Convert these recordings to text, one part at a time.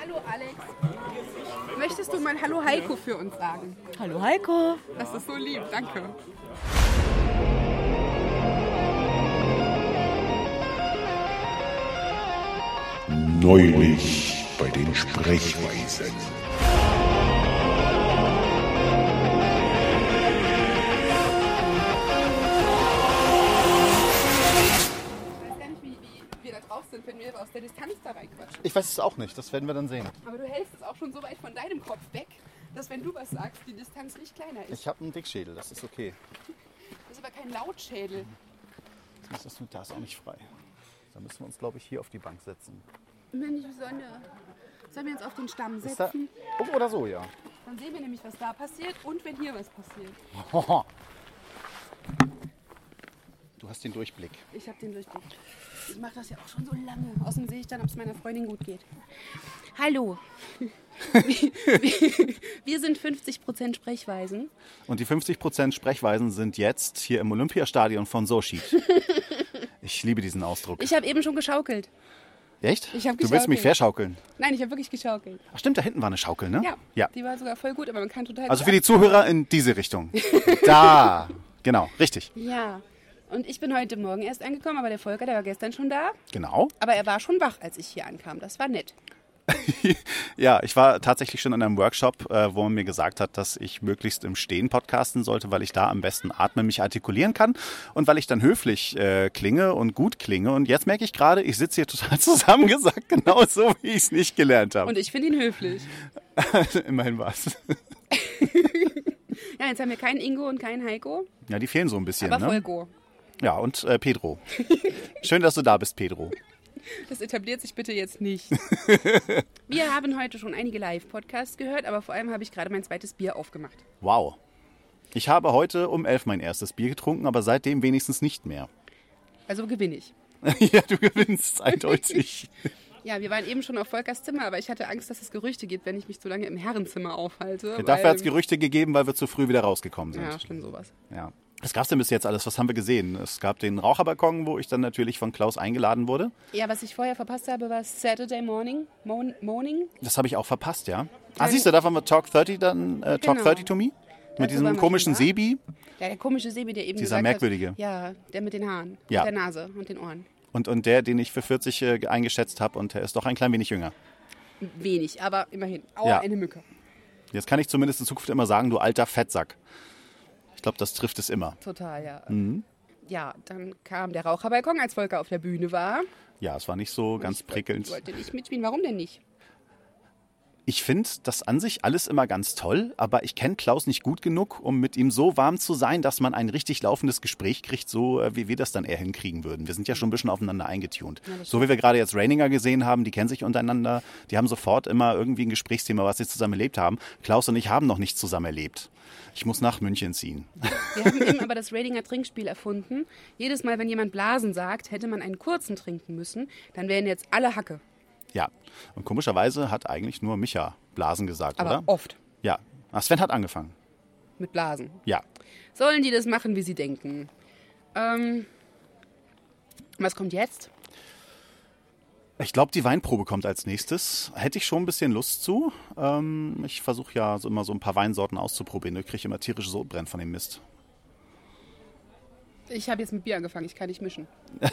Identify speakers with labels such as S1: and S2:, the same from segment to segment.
S1: Hallo Alex. Möchtest du mein Hallo Heiko für uns sagen?
S2: Hallo Heiko.
S1: Das ist so lieb, danke.
S3: Neulich bei den Sprechweisen.
S1: Ich weiß gar nicht, wie, wie wir da drauf sind, wenn wir aus der Distanz dabei quatschen.
S4: Ich weiß es auch nicht, das werden wir dann sehen.
S1: Aber du hältst es auch schon so weit von deinem Kopf weg, dass wenn du was sagst, die Distanz nicht kleiner ist.
S4: Ich habe einen Dickschädel, das ist okay.
S1: Das ist aber kein Lautschädel.
S4: Das ist, da ist auch nicht frei. Da müssen wir uns, glaube ich, hier auf die Bank setzen.
S1: Wenn die Sonne. Sollen wir uns auf den Stamm
S4: Ist da,
S1: setzen?
S4: oh, oder so, ja.
S1: Dann sehen wir nämlich, was da passiert und wenn hier was passiert.
S4: Hoho. Du hast den Durchblick.
S1: Ich habe den Durchblick. Ich mache das ja auch schon so lange. Außerdem sehe ich dann, ob es meiner Freundin gut geht. Hallo. wir sind 50% Sprechweisen.
S4: Und die 50% Sprechweisen sind jetzt hier im Olympiastadion von Sochid. Ich liebe diesen Ausdruck.
S1: Ich habe eben schon geschaukelt.
S4: Echt?
S1: ich hab
S4: du willst
S1: geschaukelt.
S4: mich verschaukeln.
S1: Nein, ich habe wirklich geschaukelt.
S4: Ach stimmt, da hinten war eine Schaukel, ne?
S1: Ja,
S4: ja.
S1: Die war sogar voll gut, aber man kann total.
S4: Also für die Zuhörer in diese Richtung. Da. Genau, richtig.
S1: Ja. Und ich bin heute Morgen erst angekommen, aber der Volker, der war gestern schon da.
S4: Genau.
S1: Aber er war schon wach, als ich hier ankam. Das war nett.
S4: Ja, ich war tatsächlich schon in einem Workshop, äh, wo man mir gesagt hat, dass ich möglichst im Stehen podcasten sollte, weil ich da am besten atmen, mich artikulieren kann und weil ich dann höflich äh, klinge und gut klinge. Und jetzt merke ich gerade, ich sitze hier total zusammengesackt, genau so, wie ich es nicht gelernt habe.
S1: Und ich finde ihn höflich.
S4: Immerhin war's.
S1: Ja, jetzt haben wir keinen Ingo und keinen Heiko,
S4: Ja, die fehlen so ein bisschen,
S1: aber
S4: ne?
S1: Volko.
S4: Ja, und äh, Pedro. Schön, dass du da bist, Pedro.
S1: Das etabliert sich bitte jetzt nicht. Wir haben heute schon einige Live-Podcasts gehört, aber vor allem habe ich gerade mein zweites Bier aufgemacht.
S4: Wow. Ich habe heute um elf mein erstes Bier getrunken, aber seitdem wenigstens nicht mehr.
S1: Also gewinne ich.
S4: ja, du gewinnst eindeutig.
S1: Ja, wir waren eben schon auf Volkers Zimmer, aber ich hatte Angst, dass es Gerüchte gibt, wenn ich mich zu lange im Herrenzimmer aufhalte.
S4: Ja, Dafür
S1: weil-
S4: hat es Gerüchte gegeben, weil wir zu früh wieder rausgekommen sind.
S1: Ähm, Ja, schlimm sowas.
S4: Ja. Was gab es denn bis jetzt alles? Was haben wir gesehen? Es gab den Raucherbalkon, wo ich dann natürlich von Klaus eingeladen wurde.
S1: Ja, was ich vorher verpasst habe, war Saturday Morning. Mon Morning?
S4: Das habe ich auch verpasst, ja. Ah, siehst du, davon war Talk 30 dann, äh, Talk
S1: Genau.
S4: 30 to me?
S1: war
S4: Mit diesem
S1: man
S4: komischen
S1: schon da.
S4: Sebi
S1: Ja, der komische Sebi, der eben
S4: Dieser
S1: gesagt
S4: merkwürdige.
S1: Hat, ja, der mit den Haaren,
S4: Ja.
S1: und der Nase und den Ohren.
S4: und, und der, den ich für 40 äh, eingeschätzt habe und der ist doch ein klein wenig jünger.
S1: Wenig, aber immerhin. Aua,
S4: Ja.
S1: eine Mücke.
S4: Jetzt kann ich zumindest in Zukunft immer sagen, du alter Fettsack. Ich glaube, das trifft es immer.
S1: Total, ja.
S4: Mhm.
S1: Ja, dann kam der Raucherbalkon, als Volker auf der Bühne war.
S4: Ja, es war nicht so ganz prickelnd.
S1: Ich wollte nicht mitspielen. Warum denn nicht?
S4: Ich finde das an sich alles immer ganz toll, aber ich kenne Klaus nicht gut genug, um mit ihm so warm zu sein, dass man ein richtig laufendes Gespräch kriegt, so äh, wie wir das dann eher hinkriegen würden. Wir sind ja schon ein bisschen aufeinander eingetunt. So wie wir gerade jetzt Reininger gesehen haben, die kennen sich untereinander, die haben sofort immer irgendwie ein Gesprächsthema, was sie zusammen erlebt haben. Klaus und ich haben noch nichts zusammen erlebt. Ich muss nach München ziehen.
S1: Wir haben eben aber das Ratinger Trinkspiel erfunden. Jedes Mal, wenn jemand Blasen sagt, hätte man einen kurzen trinken müssen. Dann wären jetzt alle Hacke.
S4: Ja. Und komischerweise hat eigentlich nur Micha Blasen gesagt,
S1: Aber oh.
S4: oder?
S1: oft
S4: Ja. Ach, Sven hat angefangen.
S1: mit Blasen.
S4: Ja.
S1: Sollen die das machen, wie sie denken? Ähm, was kommt jetzt?
S4: Ich glaube, die Weinprobe kommt als nächstes. Hätte ich schon ein bisschen Lust zu. Ähm, ich versuche ja so immer so ein paar Weinsorten auszuprobieren. Ich kriege immer tierische Sodbrennen von dem Mist.
S1: Ich habe jetzt mit Bier angefangen, ich kann nicht mischen.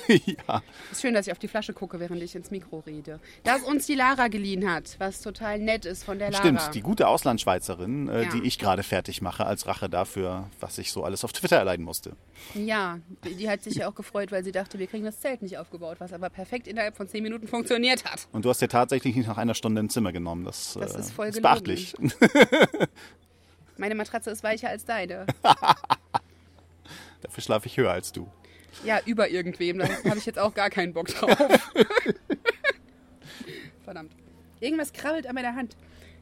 S4: ja.
S1: Ist schön, dass ich auf die Flasche gucke, während ich ins Mikro rede. Das uns die Lara geliehen hat, was total nett ist von der Lara.
S4: Stimmt, die gute Auslandschweizerin, äh,
S1: Ja.
S4: die ich gerade fertig mache als Rache dafür, was ich so alles auf Twitter erleiden musste.
S1: Ja, die die hat sich ja auch gefreut, weil sie dachte, wir kriegen das Zelt nicht aufgebaut, was aber perfekt innerhalb von zehn Minuten funktioniert hat.
S4: Und du hast dir tatsächlich nicht nach einer Stunde ein Zimmer genommen. Das,
S1: Das
S4: äh,
S1: ist voll gelogen.
S4: beachtlich.
S1: Meine Matratze ist weicher als deine.
S4: Dafür schlafe ich höher als du.
S1: Ja, über irgendwem. Da habe ich jetzt auch gar keinen Bock drauf. Verdammt. Irgendwas krabbelt an meiner Hand.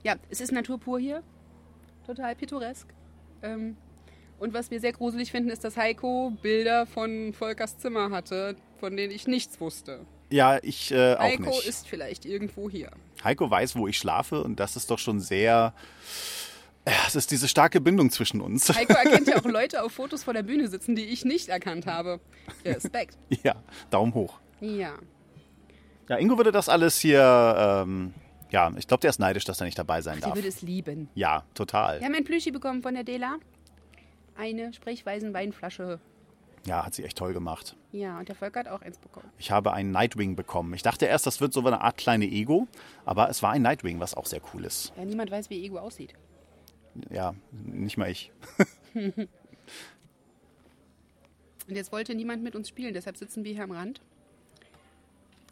S1: Ja, es ist Natur pur hier. Total pittoresk. Ähm, und was wir sehr gruselig finden, ist, dass Heiko Bilder von Volkers Zimmer hatte, von denen ich nichts wusste.
S4: Ja, ich äh, auch
S1: Heiko
S4: nicht.
S1: ist vielleicht irgendwo hier.
S4: Heiko weiß, wo ich schlafe und das ist doch schon sehr... äh, Es ist diese starke Bindung zwischen uns.
S1: Heiko erkennt ja auch Leute auf Fotos vor der Bühne sitzen, die ich nicht erkannt habe. Respekt.
S4: Ja, Daumen hoch.
S1: Ja.
S4: Ja, Ingo würde das alles hier ähm, Ja, ich glaube, der ist neidisch, dass er nicht dabei sein
S1: Der
S4: darf.
S1: würde es lieben.
S4: Ja, total.
S1: Wir haben ein Plüschi bekommen von der Dela. Eine Sprechweisen-Weinflasche.
S4: Ja, hat sie echt toll gemacht.
S1: Ja, und der Volker hat auch eins bekommen.
S4: Ich habe einen Nightwing bekommen. Ich dachte erst, das wird so eine Art kleine Ego, aber es war ein Nightwing, was auch sehr cool ist.
S1: Ja, niemand weiß, wie Ego aussieht.
S4: Ja, nicht mal ich.
S1: Und jetzt wollte niemand mit uns spielen, deshalb sitzen wir hier am Rand.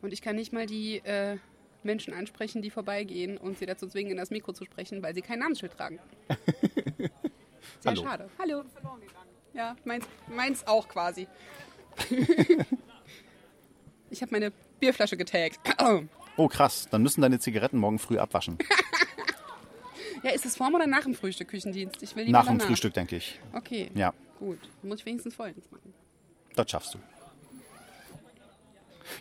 S1: Und ich kann nicht mal die äh, Menschen ansprechen, die vorbeigehen und sie dazu zwingen, in das Mikro zu sprechen, weil sie kein Namensschild tragen. Sehr
S4: Hallo.
S1: schade. Hallo. Ja, meins, meins auch quasi. ich habe meine Bierflasche getaggt.
S4: Oh, krass. Dann müssen deine Zigaretten morgen früh abwaschen.
S1: Ja, ist es vorm oder nach dem Frühstück Küchendienst? Ich will lieber
S4: Nach dem
S1: danach.
S4: Frühstück, denke ich.
S1: Okay.
S4: Ja.
S1: Gut. Dann muss ich wenigstens vollends machen.
S4: Das schaffst du.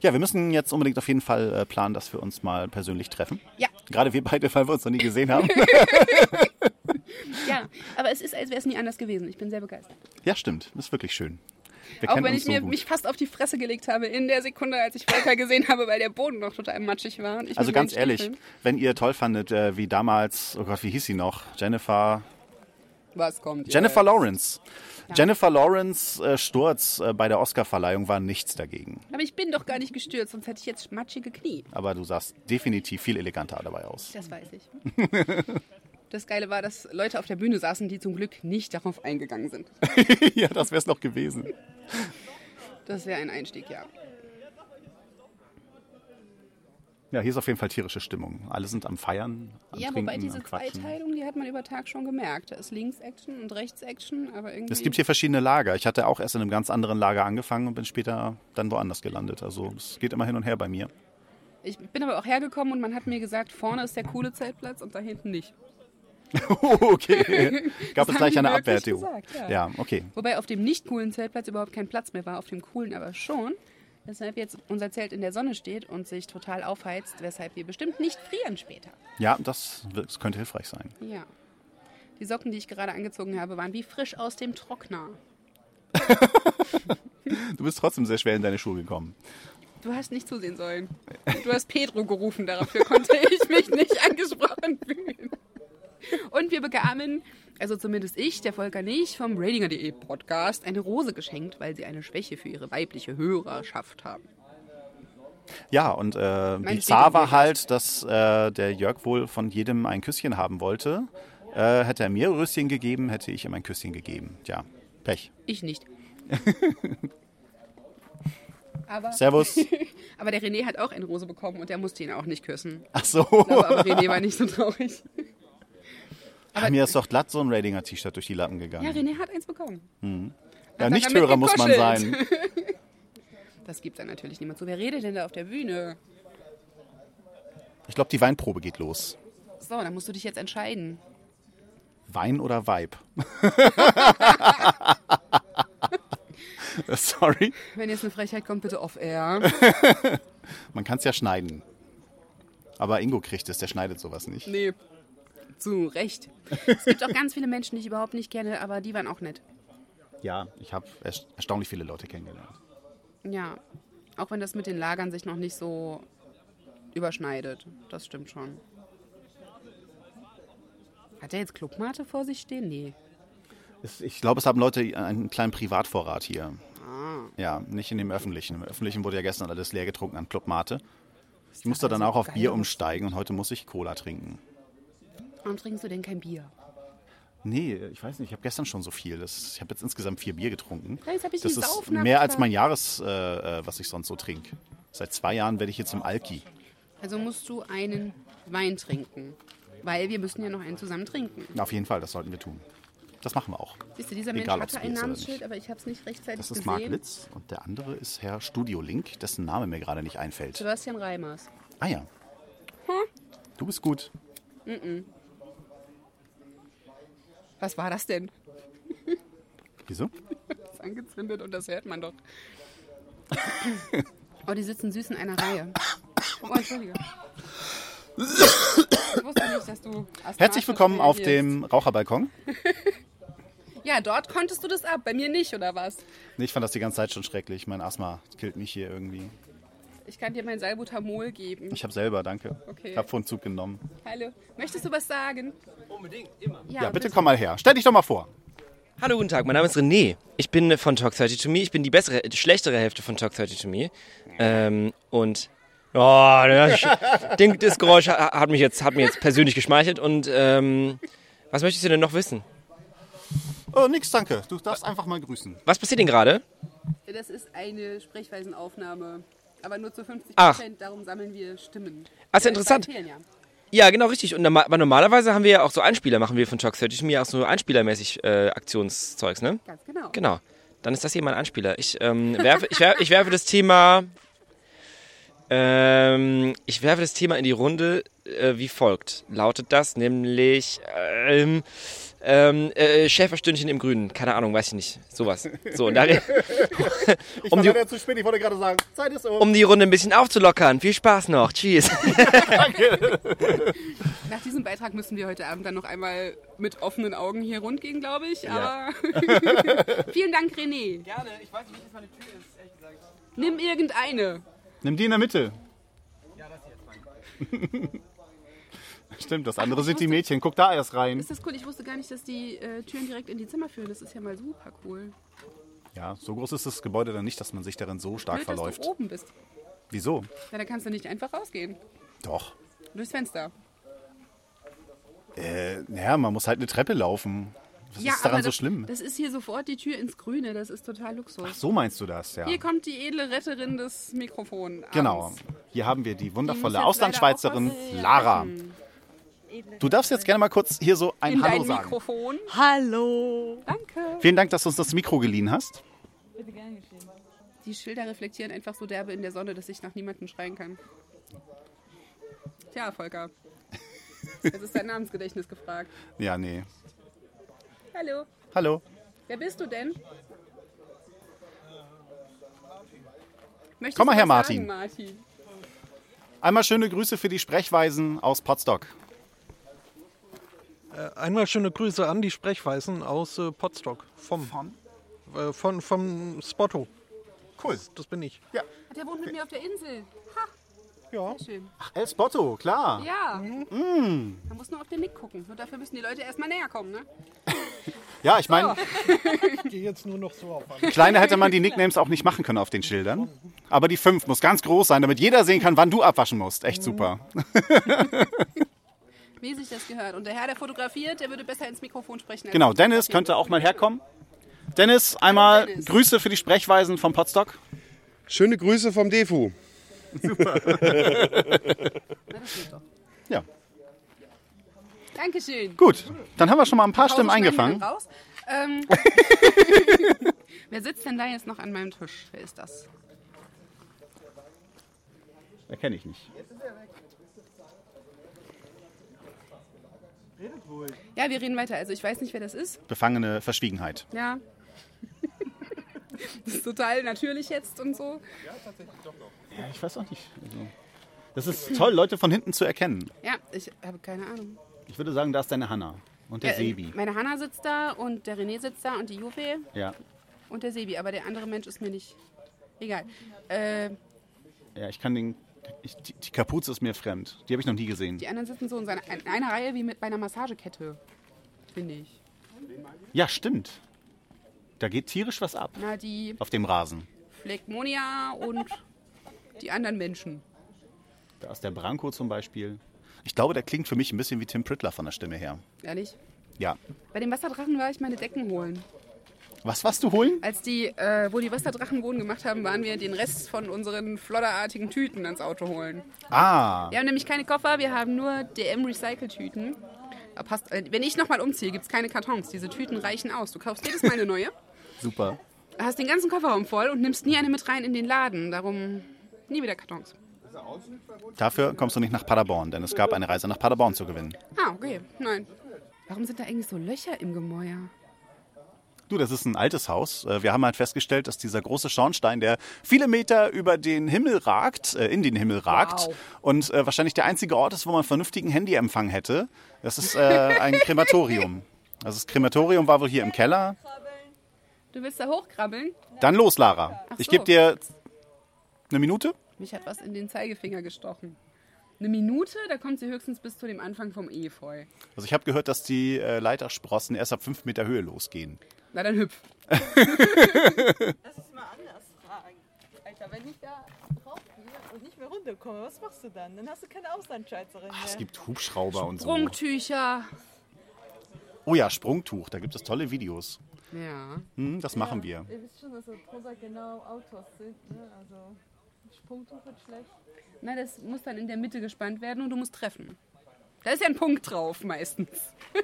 S4: Ja, wir müssen jetzt unbedingt auf jeden Fall äh, planen, dass wir uns mal persönlich treffen.
S1: Ja.
S4: Gerade wir beide, weil wir uns noch nie gesehen haben.
S1: Ja, aber es ist, als wäre es nie anders gewesen. Ich bin sehr begeistert.
S4: ja, stimmt. Ist wirklich schön. Wir
S1: Auch
S4: kennen
S1: wenn
S4: uns
S1: ich
S4: so
S1: mir
S4: gut.
S1: mich fast auf die Fresse gelegt habe in der Sekunde, als ich Volker gesehen habe, weil der Boden noch total matschig war. Und ich
S4: also
S1: mit meinen
S4: ganz ehrlich,
S1: Stiefeln-
S4: wenn ihr toll fandet, äh, wie damals, oh Gott, wie hieß sie noch? Jennifer.
S1: Was kommt? jetzt?
S4: Jennifer Lawrence. Jennifer Lawrence äh, Sturz äh, bei der Oscarverleihung war nichts dagegen.
S1: Aber ich bin doch gar nicht gestürzt, sonst hätte ich jetzt matschige Knie.
S4: Aber du sahst definitiv viel eleganter dabei aus.
S1: Das weiß ich. Das Geile war, dass Leute auf der Bühne saßen, die zum Glück nicht darauf eingegangen sind.
S4: ja, das wär's noch gewesen.
S1: Das wäre ein Einstieg, ja.
S4: Ja, hier ist auf jeden Fall tierische Stimmung. Alle sind am Feiern, am
S1: Ja,
S4: Trinken,
S1: wobei diese halt
S4: am Quatschen.
S1: Zweiteilung, die hat man über Tag schon gemerkt. Da ist Links-Action und Rechts-Action, aber irgendwie.
S4: Es gibt hier verschiedene Lager. Ich hatte auch erst in einem ganz anderen Lager angefangen und bin später dann woanders gelandet. Also es geht immer hin und her bei mir.
S1: Ich bin aber auch hergekommen und man hat mir gesagt, vorne ist der coole Zeltplatz und da hinten nicht.
S4: Oh, okay. Gab
S1: Das haben
S4: es gleich
S1: die
S4: eine
S1: wirklich
S4: Abwertung.
S1: gesagt, ja.
S4: ja, okay.
S1: Wobei auf dem nicht coolen Zeltplatz überhaupt kein Platz mehr war, auf dem coolen aber schon. Weshalb jetzt unser Zelt in der Sonne steht und sich total aufheizt, weshalb wir bestimmt nicht frieren später.
S4: Ja, das, wird- das könnte hilfreich sein.
S1: Ja. Die Socken, die ich gerade angezogen habe, waren wie frisch aus dem Trockner.
S4: Du bist trotzdem sehr schwer in deine Schuhe gekommen.
S1: Du hast nicht zusehen sollen. Du hast Pedro gerufen, dafür konnte ich mich nicht angesprochen fühlen. Und wir bekamen, also zumindest ich, der Volker nicht, vom Radinger.de Podcast eine Rose geschenkt, weil sie eine Schwäche für ihre weibliche Hörerschaft haben.
S4: Ja, und äh,
S1: Mein
S4: bizarr
S1: Stiefel
S4: war halt, dass äh, der Jörg wohl von jedem ein Küsschen haben wollte. Äh, hätte er mir Röschen gegeben, hätte ich ihm ein Küsschen gegeben. Ja, Pech.
S1: Ich nicht. aber,
S4: Servus.
S1: aber der René hat auch eine Rose bekommen und er musste ihn auch nicht küssen.
S4: Ach so.
S1: Aber, aber René war nicht so traurig.
S4: Ach, mir ist doch glatt so ein Radinger T-Shirt durch die Lappen gegangen.
S1: Ja, René hat eins bekommen.
S4: Ja,
S1: hat er
S4: Nichthörer
S1: damit
S4: muss man sein.
S1: gekuschelt. Das gibt dann natürlich niemand zu. Wer redet denn da auf der Bühne?
S4: Ich glaube, die Weinprobe geht los.
S1: So, dann musst du dich jetzt entscheiden.
S4: Wein oder Weib? Sorry,
S1: Wenn jetzt eine Frechheit kommt, bitte off-air.
S4: man kann es ja schneiden. Aber Ingo kriegt es, der schneidet sowas nicht.
S1: Nee. Zu Recht. Es gibt auch ganz viele Menschen, die ich überhaupt nicht kenne, aber die waren auch nett.
S4: Ja, ich habe erst- erstaunlich viele Leute kennengelernt.
S1: Ja, auch wenn das mit den Lagern sich noch nicht so überschneidet. Das stimmt schon. Hat er jetzt Clubmate vor sich stehen? Nee.
S4: Es, ich glaube, es haben Leute einen kleinen Privatvorrat hier.
S1: Ah.
S4: Ja, nicht in dem öffentlichen. Im öffentlichen wurde ja gestern alles leer getrunken an Club Mate. Ich musste dann
S1: also
S4: auch auf Bier umsteigen und heute muss ich Cola trinken.
S1: Warum trinkst du denn kein Bier?
S4: Nee, ich weiß nicht. Ich habe gestern schon so viel. Das, ich habe jetzt insgesamt vier Bier getrunken.
S1: Ja, jetzt hab ich
S4: das
S1: einen
S4: ist
S1: Saufnacht
S4: mehr als
S1: gehabt.
S4: mein Jahres, äh, äh, was ich sonst so trinke. Seit zwei Jahren werde ich jetzt im Alki.
S1: Also musst du einen Wein trinken. Weil wir müssen ja noch einen zusammen trinken.
S4: Na, Auf jeden Fall, das sollten wir tun. Das machen wir auch.
S1: Siehst du, dieser Mensch
S4: Egal, ob's
S1: hatte ein
S4: Bier ist oder
S1: Namensschild,
S4: nicht.
S1: aber ich habe es nicht rechtzeitig
S4: Das ist
S1: gesehen.
S4: Marc Litz und der andere ist Herr Studio Link, dessen Name mir gerade nicht einfällt.
S1: Sebastian Reimers.
S4: Ah ja. Du bist gut.
S1: Was war das denn?
S4: Wieso?
S1: Das ist angezündet und das hört man doch. oh, die sitzen süß in einer Reihe. Oh, Entschuldige. Ich wusste nicht, dass du. asthmatisch
S4: Herzlich willkommen auf
S1: reagierst.
S4: dem Raucherbalkon.
S1: Ja, dort konntest du das ab, bei mir nicht, oder was?
S4: Nee, Ich fand das die ganze Zeit schon schrecklich. Mein Asthma killt mich hier irgendwie.
S1: Ich kann dir mein Salbutamol geben.
S4: Ich habe selber, danke.
S1: Okay.
S4: Ich habe Vollzug genommen.
S1: Hallo. Möchtest du was sagen?
S2: Unbedingt, immer.
S4: Ja, bitte komm mal her. Stell dich doch mal vor.
S2: Hallo, guten Tag, mein Name ist René. Ich bin äh, von Talk 30 to Me. Ich bin die bessere, die schlechtere Hälfte von Talk 30 to Me. Ähm, und oh, das, den, das Geräusch ha- hat mich jetzt, hat mir jetzt persönlich geschmeichelt. Und ähm, was möchtest du denn noch wissen?
S4: Oh, nix, danke. Du darfst einfach mal grüßen.
S2: Was passiert denn gerade?
S1: Das ist eine Sprechweisenaufnahme. Aber nur zu 50
S2: Ach.
S1: Prozent, darum sammeln wir Stimmen.
S2: Ach, ist ja
S1: Äh,
S2: interessant.
S1: bei Erzählen, ja.
S2: Ja, genau richtig. Und norma- aber normalerweise haben wir ja auch so Einspieler, machen wir von Talk 30 to Me auch so einspielermäßig äh, Aktionszeugs, ne?
S1: Ganz genau.
S2: Genau. Dann ist das hier mein Anspieler. Ich, ähm, werfe, ich, werfe, ich werfe das Thema. Ähm, ich werfe das Thema in die Runde äh, wie folgt. Lautet das nämlich ähm, ähm, äh, Schäferstündchen im Grünen. Keine Ahnung, weiß ich nicht. Sowas. So, und da,
S4: Ich
S2: Um
S4: war
S2: die-
S4: leider zu spät. Ich wollte gerade sagen, Zeit ist um.
S2: um die Runde ein bisschen aufzulockern. Viel Spaß noch. Tschüss.
S1: Nach diesem Beitrag müssen wir heute Abend dann noch einmal mit offenen Augen hier rund gehen, glaube ich.
S2: Ja.
S1: Aber vielen Dank, René.
S2: Gerne. Ich weiß nicht, was meine Tür ist, ehrlich gesagt.
S1: Nimm irgendeine.
S4: Nimm die in der Mitte. Stimmt, das andere sind die Mädchen. Guck da erst rein.
S1: Ist das cool? Ich wusste gar nicht, dass die äh, Türen direkt in die Zimmer führen. Das ist ja mal super cool.
S4: Ja, so groß ist das Gebäude dann nicht, dass man sich darin so stark
S1: Blöd, dass
S4: verläuft.
S1: du oben bist.
S4: Wieso?
S1: Ja, da kannst du nicht einfach rausgehen.
S4: Doch.
S1: Durchs Fenster.
S4: Äh, naja, man muss halt eine Treppe laufen. Was
S1: ja,
S4: ist daran
S1: aber
S4: so
S1: das,
S4: schlimm?
S1: Das ist hier sofort die Tür ins Grüne. Das ist total Luxus.
S4: So meinst du das, ja.
S1: Hier kommt die edle Retterin des Mikrofons.
S4: Genau.
S1: Abends.
S4: Hier haben wir die
S1: Die muss
S4: wundervolle
S1: jetzt
S4: Auslandschweizerin
S1: leider Hm.
S4: Lara. Du darfst jetzt gerne mal kurz hier so ein
S1: In
S4: Hallo
S1: dein
S4: sagen.
S1: Mikrofon.
S5: Hallo.
S1: Danke.
S4: Vielen Dank, dass du uns das Mikro geliehen hast.
S1: Die Schilder reflektieren einfach so derbe in der Sonne, dass ich nach niemandem schreien kann. Tja, Volker. Jetzt ist dein Namensgedächtnis gefragt.
S4: Ja, nee.
S1: Hallo,
S4: Hallo.
S1: wer bist du denn? Möchtest
S4: Komm mal
S1: du
S4: her,
S1: was
S4: Martin.
S1: Sagen, Martin.
S4: Einmal schöne Grüße für die Sprechweisen aus Potsdok.
S6: Einmal schöne Grüße an die Sprechweisen aus äh, Potsdok. Vom, äh, von, vom Spotto.
S4: Cool.
S6: Das bin ich.
S1: Der wohnt mit mir auf der Insel. Ha,
S6: Ja.
S1: sehr schön.
S4: Ach, El Spotto, klar.
S1: Ja.
S4: Mm.
S1: Man muss nur auf den Nick gucken. Nur dafür müssen die Leute erstmal näher kommen, ne?
S4: Ja, ich meine,
S6: Ich gehe jetzt nur noch so auf.
S4: kleiner hätte man die Nicknames auch nicht machen können auf den Schildern. Aber die 5 muss ganz groß sein, damit jeder sehen kann, wann du abwaschen musst. Echt super.
S1: Wie sich das gehört. Und der Herr, der fotografiert, der würde besser ins Mikrofon sprechen. als
S4: Genau,
S1: ich.
S4: Dennis könnte auch mal herkommen. Dennis, einmal
S1: Dennis.
S4: Grüße für die Sprechweisen von Potsdok.
S7: Schöne Grüße vom Defu.
S1: Na, das geht doch.
S4: Ja,
S1: Dankeschön.
S4: gut. Dann haben wir schon mal ein paar Stimmen
S1: Pause
S4: eingefangen.
S1: schneiden wir Raus. Ähm, wer sitzt denn da jetzt noch an meinem Tisch? Wer ist das?
S4: Erkenne ich nicht.
S1: Ja, wir reden weiter. Also ich weiß nicht, wer das ist.
S4: Befangene Verschwiegenheit.
S1: Ja. Das ist total natürlich jetzt und so.
S4: Ja, ich weiß auch nicht. Also, das ist toll, Leute von hinten zu erkennen.
S1: Ja, ich habe keine Ahnung.
S4: Ich würde sagen, da ist deine Hanna und der
S1: ja,
S4: Sebi.
S1: Meine Hanna sitzt da und der René sitzt da und die Juve
S4: Ja.
S1: und der Sebi. Aber der andere Mensch ist mir nicht egal. Äh,
S4: ja, ich kann den. Ich, die, die Kapuze ist mir fremd. Die habe ich noch nie gesehen.
S1: die anderen sitzen so in, seiner, in einer Reihe wie mit bei einer Massagekette, finde ich.
S4: Ja, stimmt. Da geht tierisch was ab.
S1: Na, die
S4: Auf dem Rasen.
S1: Phlegmonia und die anderen Menschen.
S4: Da ist der Branko zum Beispiel. Ich glaube, der klingt für mich ein bisschen wie Tim Prittler von der Stimme her.
S1: Ehrlich?
S4: Ja.
S1: Bei dem Wasserdrachen war ich meine Decken holen.
S4: Was warst du holen?
S1: Als die, äh, wo die Wasserdrachen wohnen gemacht haben, waren wir den Rest von unseren flodderartigen Tüten ans Auto holen.
S4: Ah,
S1: Wir haben nämlich keine Koffer, wir haben nur DM-Recycle-Tüten. Da Passt, äh, wenn ich nochmal umziehe, gibt es keine Kartons. Diese Tüten reichen aus. Du kaufst jedes Mal eine neue,
S4: super.
S1: hast den ganzen Kofferraum voll und nimmst nie eine mit rein in den Laden. Darum nie wieder Kartons.
S4: Dafür kommst du nicht nach Paderborn, denn es gab eine Reise nach Paderborn zu gewinnen.
S1: Ah, okay. Nein. Warum sind da eigentlich so Löcher im Gemäuer?
S4: Du, das ist ein altes Haus. Äh, Wir haben halt festgestellt, dass dieser große Schornstein, der viele Meter über den Himmel ragt, äh, in den Himmel ragt
S1: Wow.
S4: und äh, wahrscheinlich der einzige Ort ist, wo man vernünftigen Handyempfang hätte. Das ist äh, ein Krematorium. Also das Krematorium war wohl hier im Keller.
S1: Du willst da hochkrabbeln?
S4: Dann los, Lara.
S1: Ach
S4: Ich
S1: so.
S4: gebe dir eine Minute.
S1: Mich hat was in den Zeigefinger gestochen. Eine Minute, da kommt sie höchstens bis zu dem Anfang vom Efeu.
S4: Also ich habe gehört, dass die äh, Leitersprossen erst ab fünf Meter Höhe losgehen.
S1: Na dann hüpf.
S5: Lass es mal anders fragen. Alter, wenn ich da raufgehe und nicht mehr runterkomme, was machst du dann? Dann hast du keine Auslandscheizerin mehr.
S4: Es gibt Hubschrauber und so.
S1: Sprungtücher.
S4: Oh ja, Sprungtuch, da gibt es tolle Videos.
S1: Ja.
S4: Hm, das machen wir.
S5: Ihr wisst schon, dass so drunter genau Autos sind. Ne? Also ein Sprungtuch wird schlecht.
S1: Na, das muss dann in der Mitte gespannt werden und du musst treffen. Da ist ja ein Punkt drauf meistens.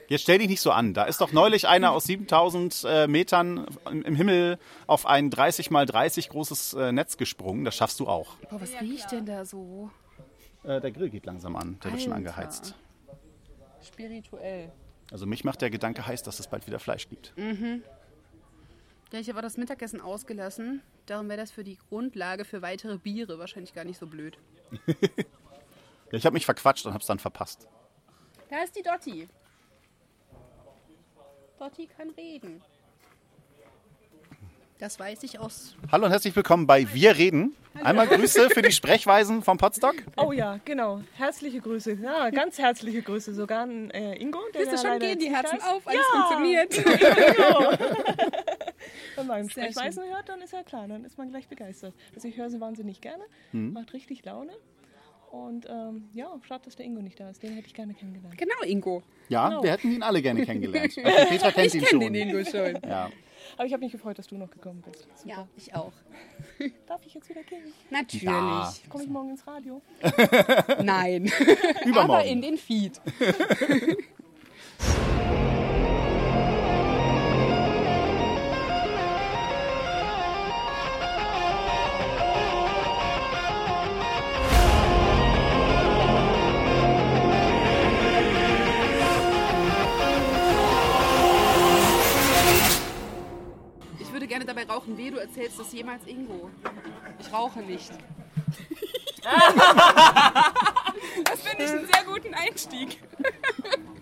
S4: Jetzt stell dich nicht so an. Da ist doch neulich einer aus 7000 äh, Metern im im Himmel auf ein 30 mal 30 großes äh, Netz gesprungen. Das schaffst du auch.
S1: Boah, was riecht denn da so?
S4: Äh, der Grill geht langsam an. Der wird schon
S1: Alter.
S4: angeheizt.
S1: Spirituell.
S4: Also mich macht der Gedanke heiß, dass es bald wieder Fleisch gibt.
S1: Ja, ich habe aber das Mittagessen ausgelassen. Darum wäre das für die Grundlage für weitere Biere wahrscheinlich gar nicht so blöd.
S4: Ja, ich habe mich verquatscht und habe es dann verpasst.
S1: Da ist die Dotti. Dotti kann reden. Das weiß ich aus.
S4: Hallo und herzlich willkommen bei Wir reden. Einmal Grüße für die Sprechweisen vom Podstock.
S8: Oh ja, genau. Herzliche Grüße. Ja, ganz herzliche Grüße. Sogar an äh, Ingo. Der
S1: Siehst du,
S8: ja
S1: schon
S8: leider
S1: gehen
S8: jetzt
S1: die
S8: nicht
S1: Herzen
S8: da ist.
S1: auf, alles funktioniert.
S8: Wenn man
S1: Sehr
S8: Sprechweisen hört, dann ist ja klar, dann ist man gleich begeistert. Also ich höre sie wahnsinnig gerne,
S4: Hm.
S8: macht richtig Laune. Und ähm, ja, schade, dass der Ingo nicht da ist. Den hätte ich gerne kennengelernt.
S1: Genau, Ingo.
S4: Ja, wir hätten ihn alle gerne kennengelernt. Also Petra kennt ihn
S1: Kennt den
S4: schon.
S1: Ingo schon.
S4: Ja.
S8: Aber ich habe mich gefreut, dass du noch gekommen bist. Super.
S1: Ja, ich auch.
S8: Darf ich jetzt wieder gehen?
S1: Natürlich.
S8: Komme ich morgen ins Radio?
S1: Nein. Aber
S4: Übermorgen.
S1: in den Feed. Ich würde gerne dabei rauchen. Weh, du erzählst das jemals Ingo. Ich rauche nicht.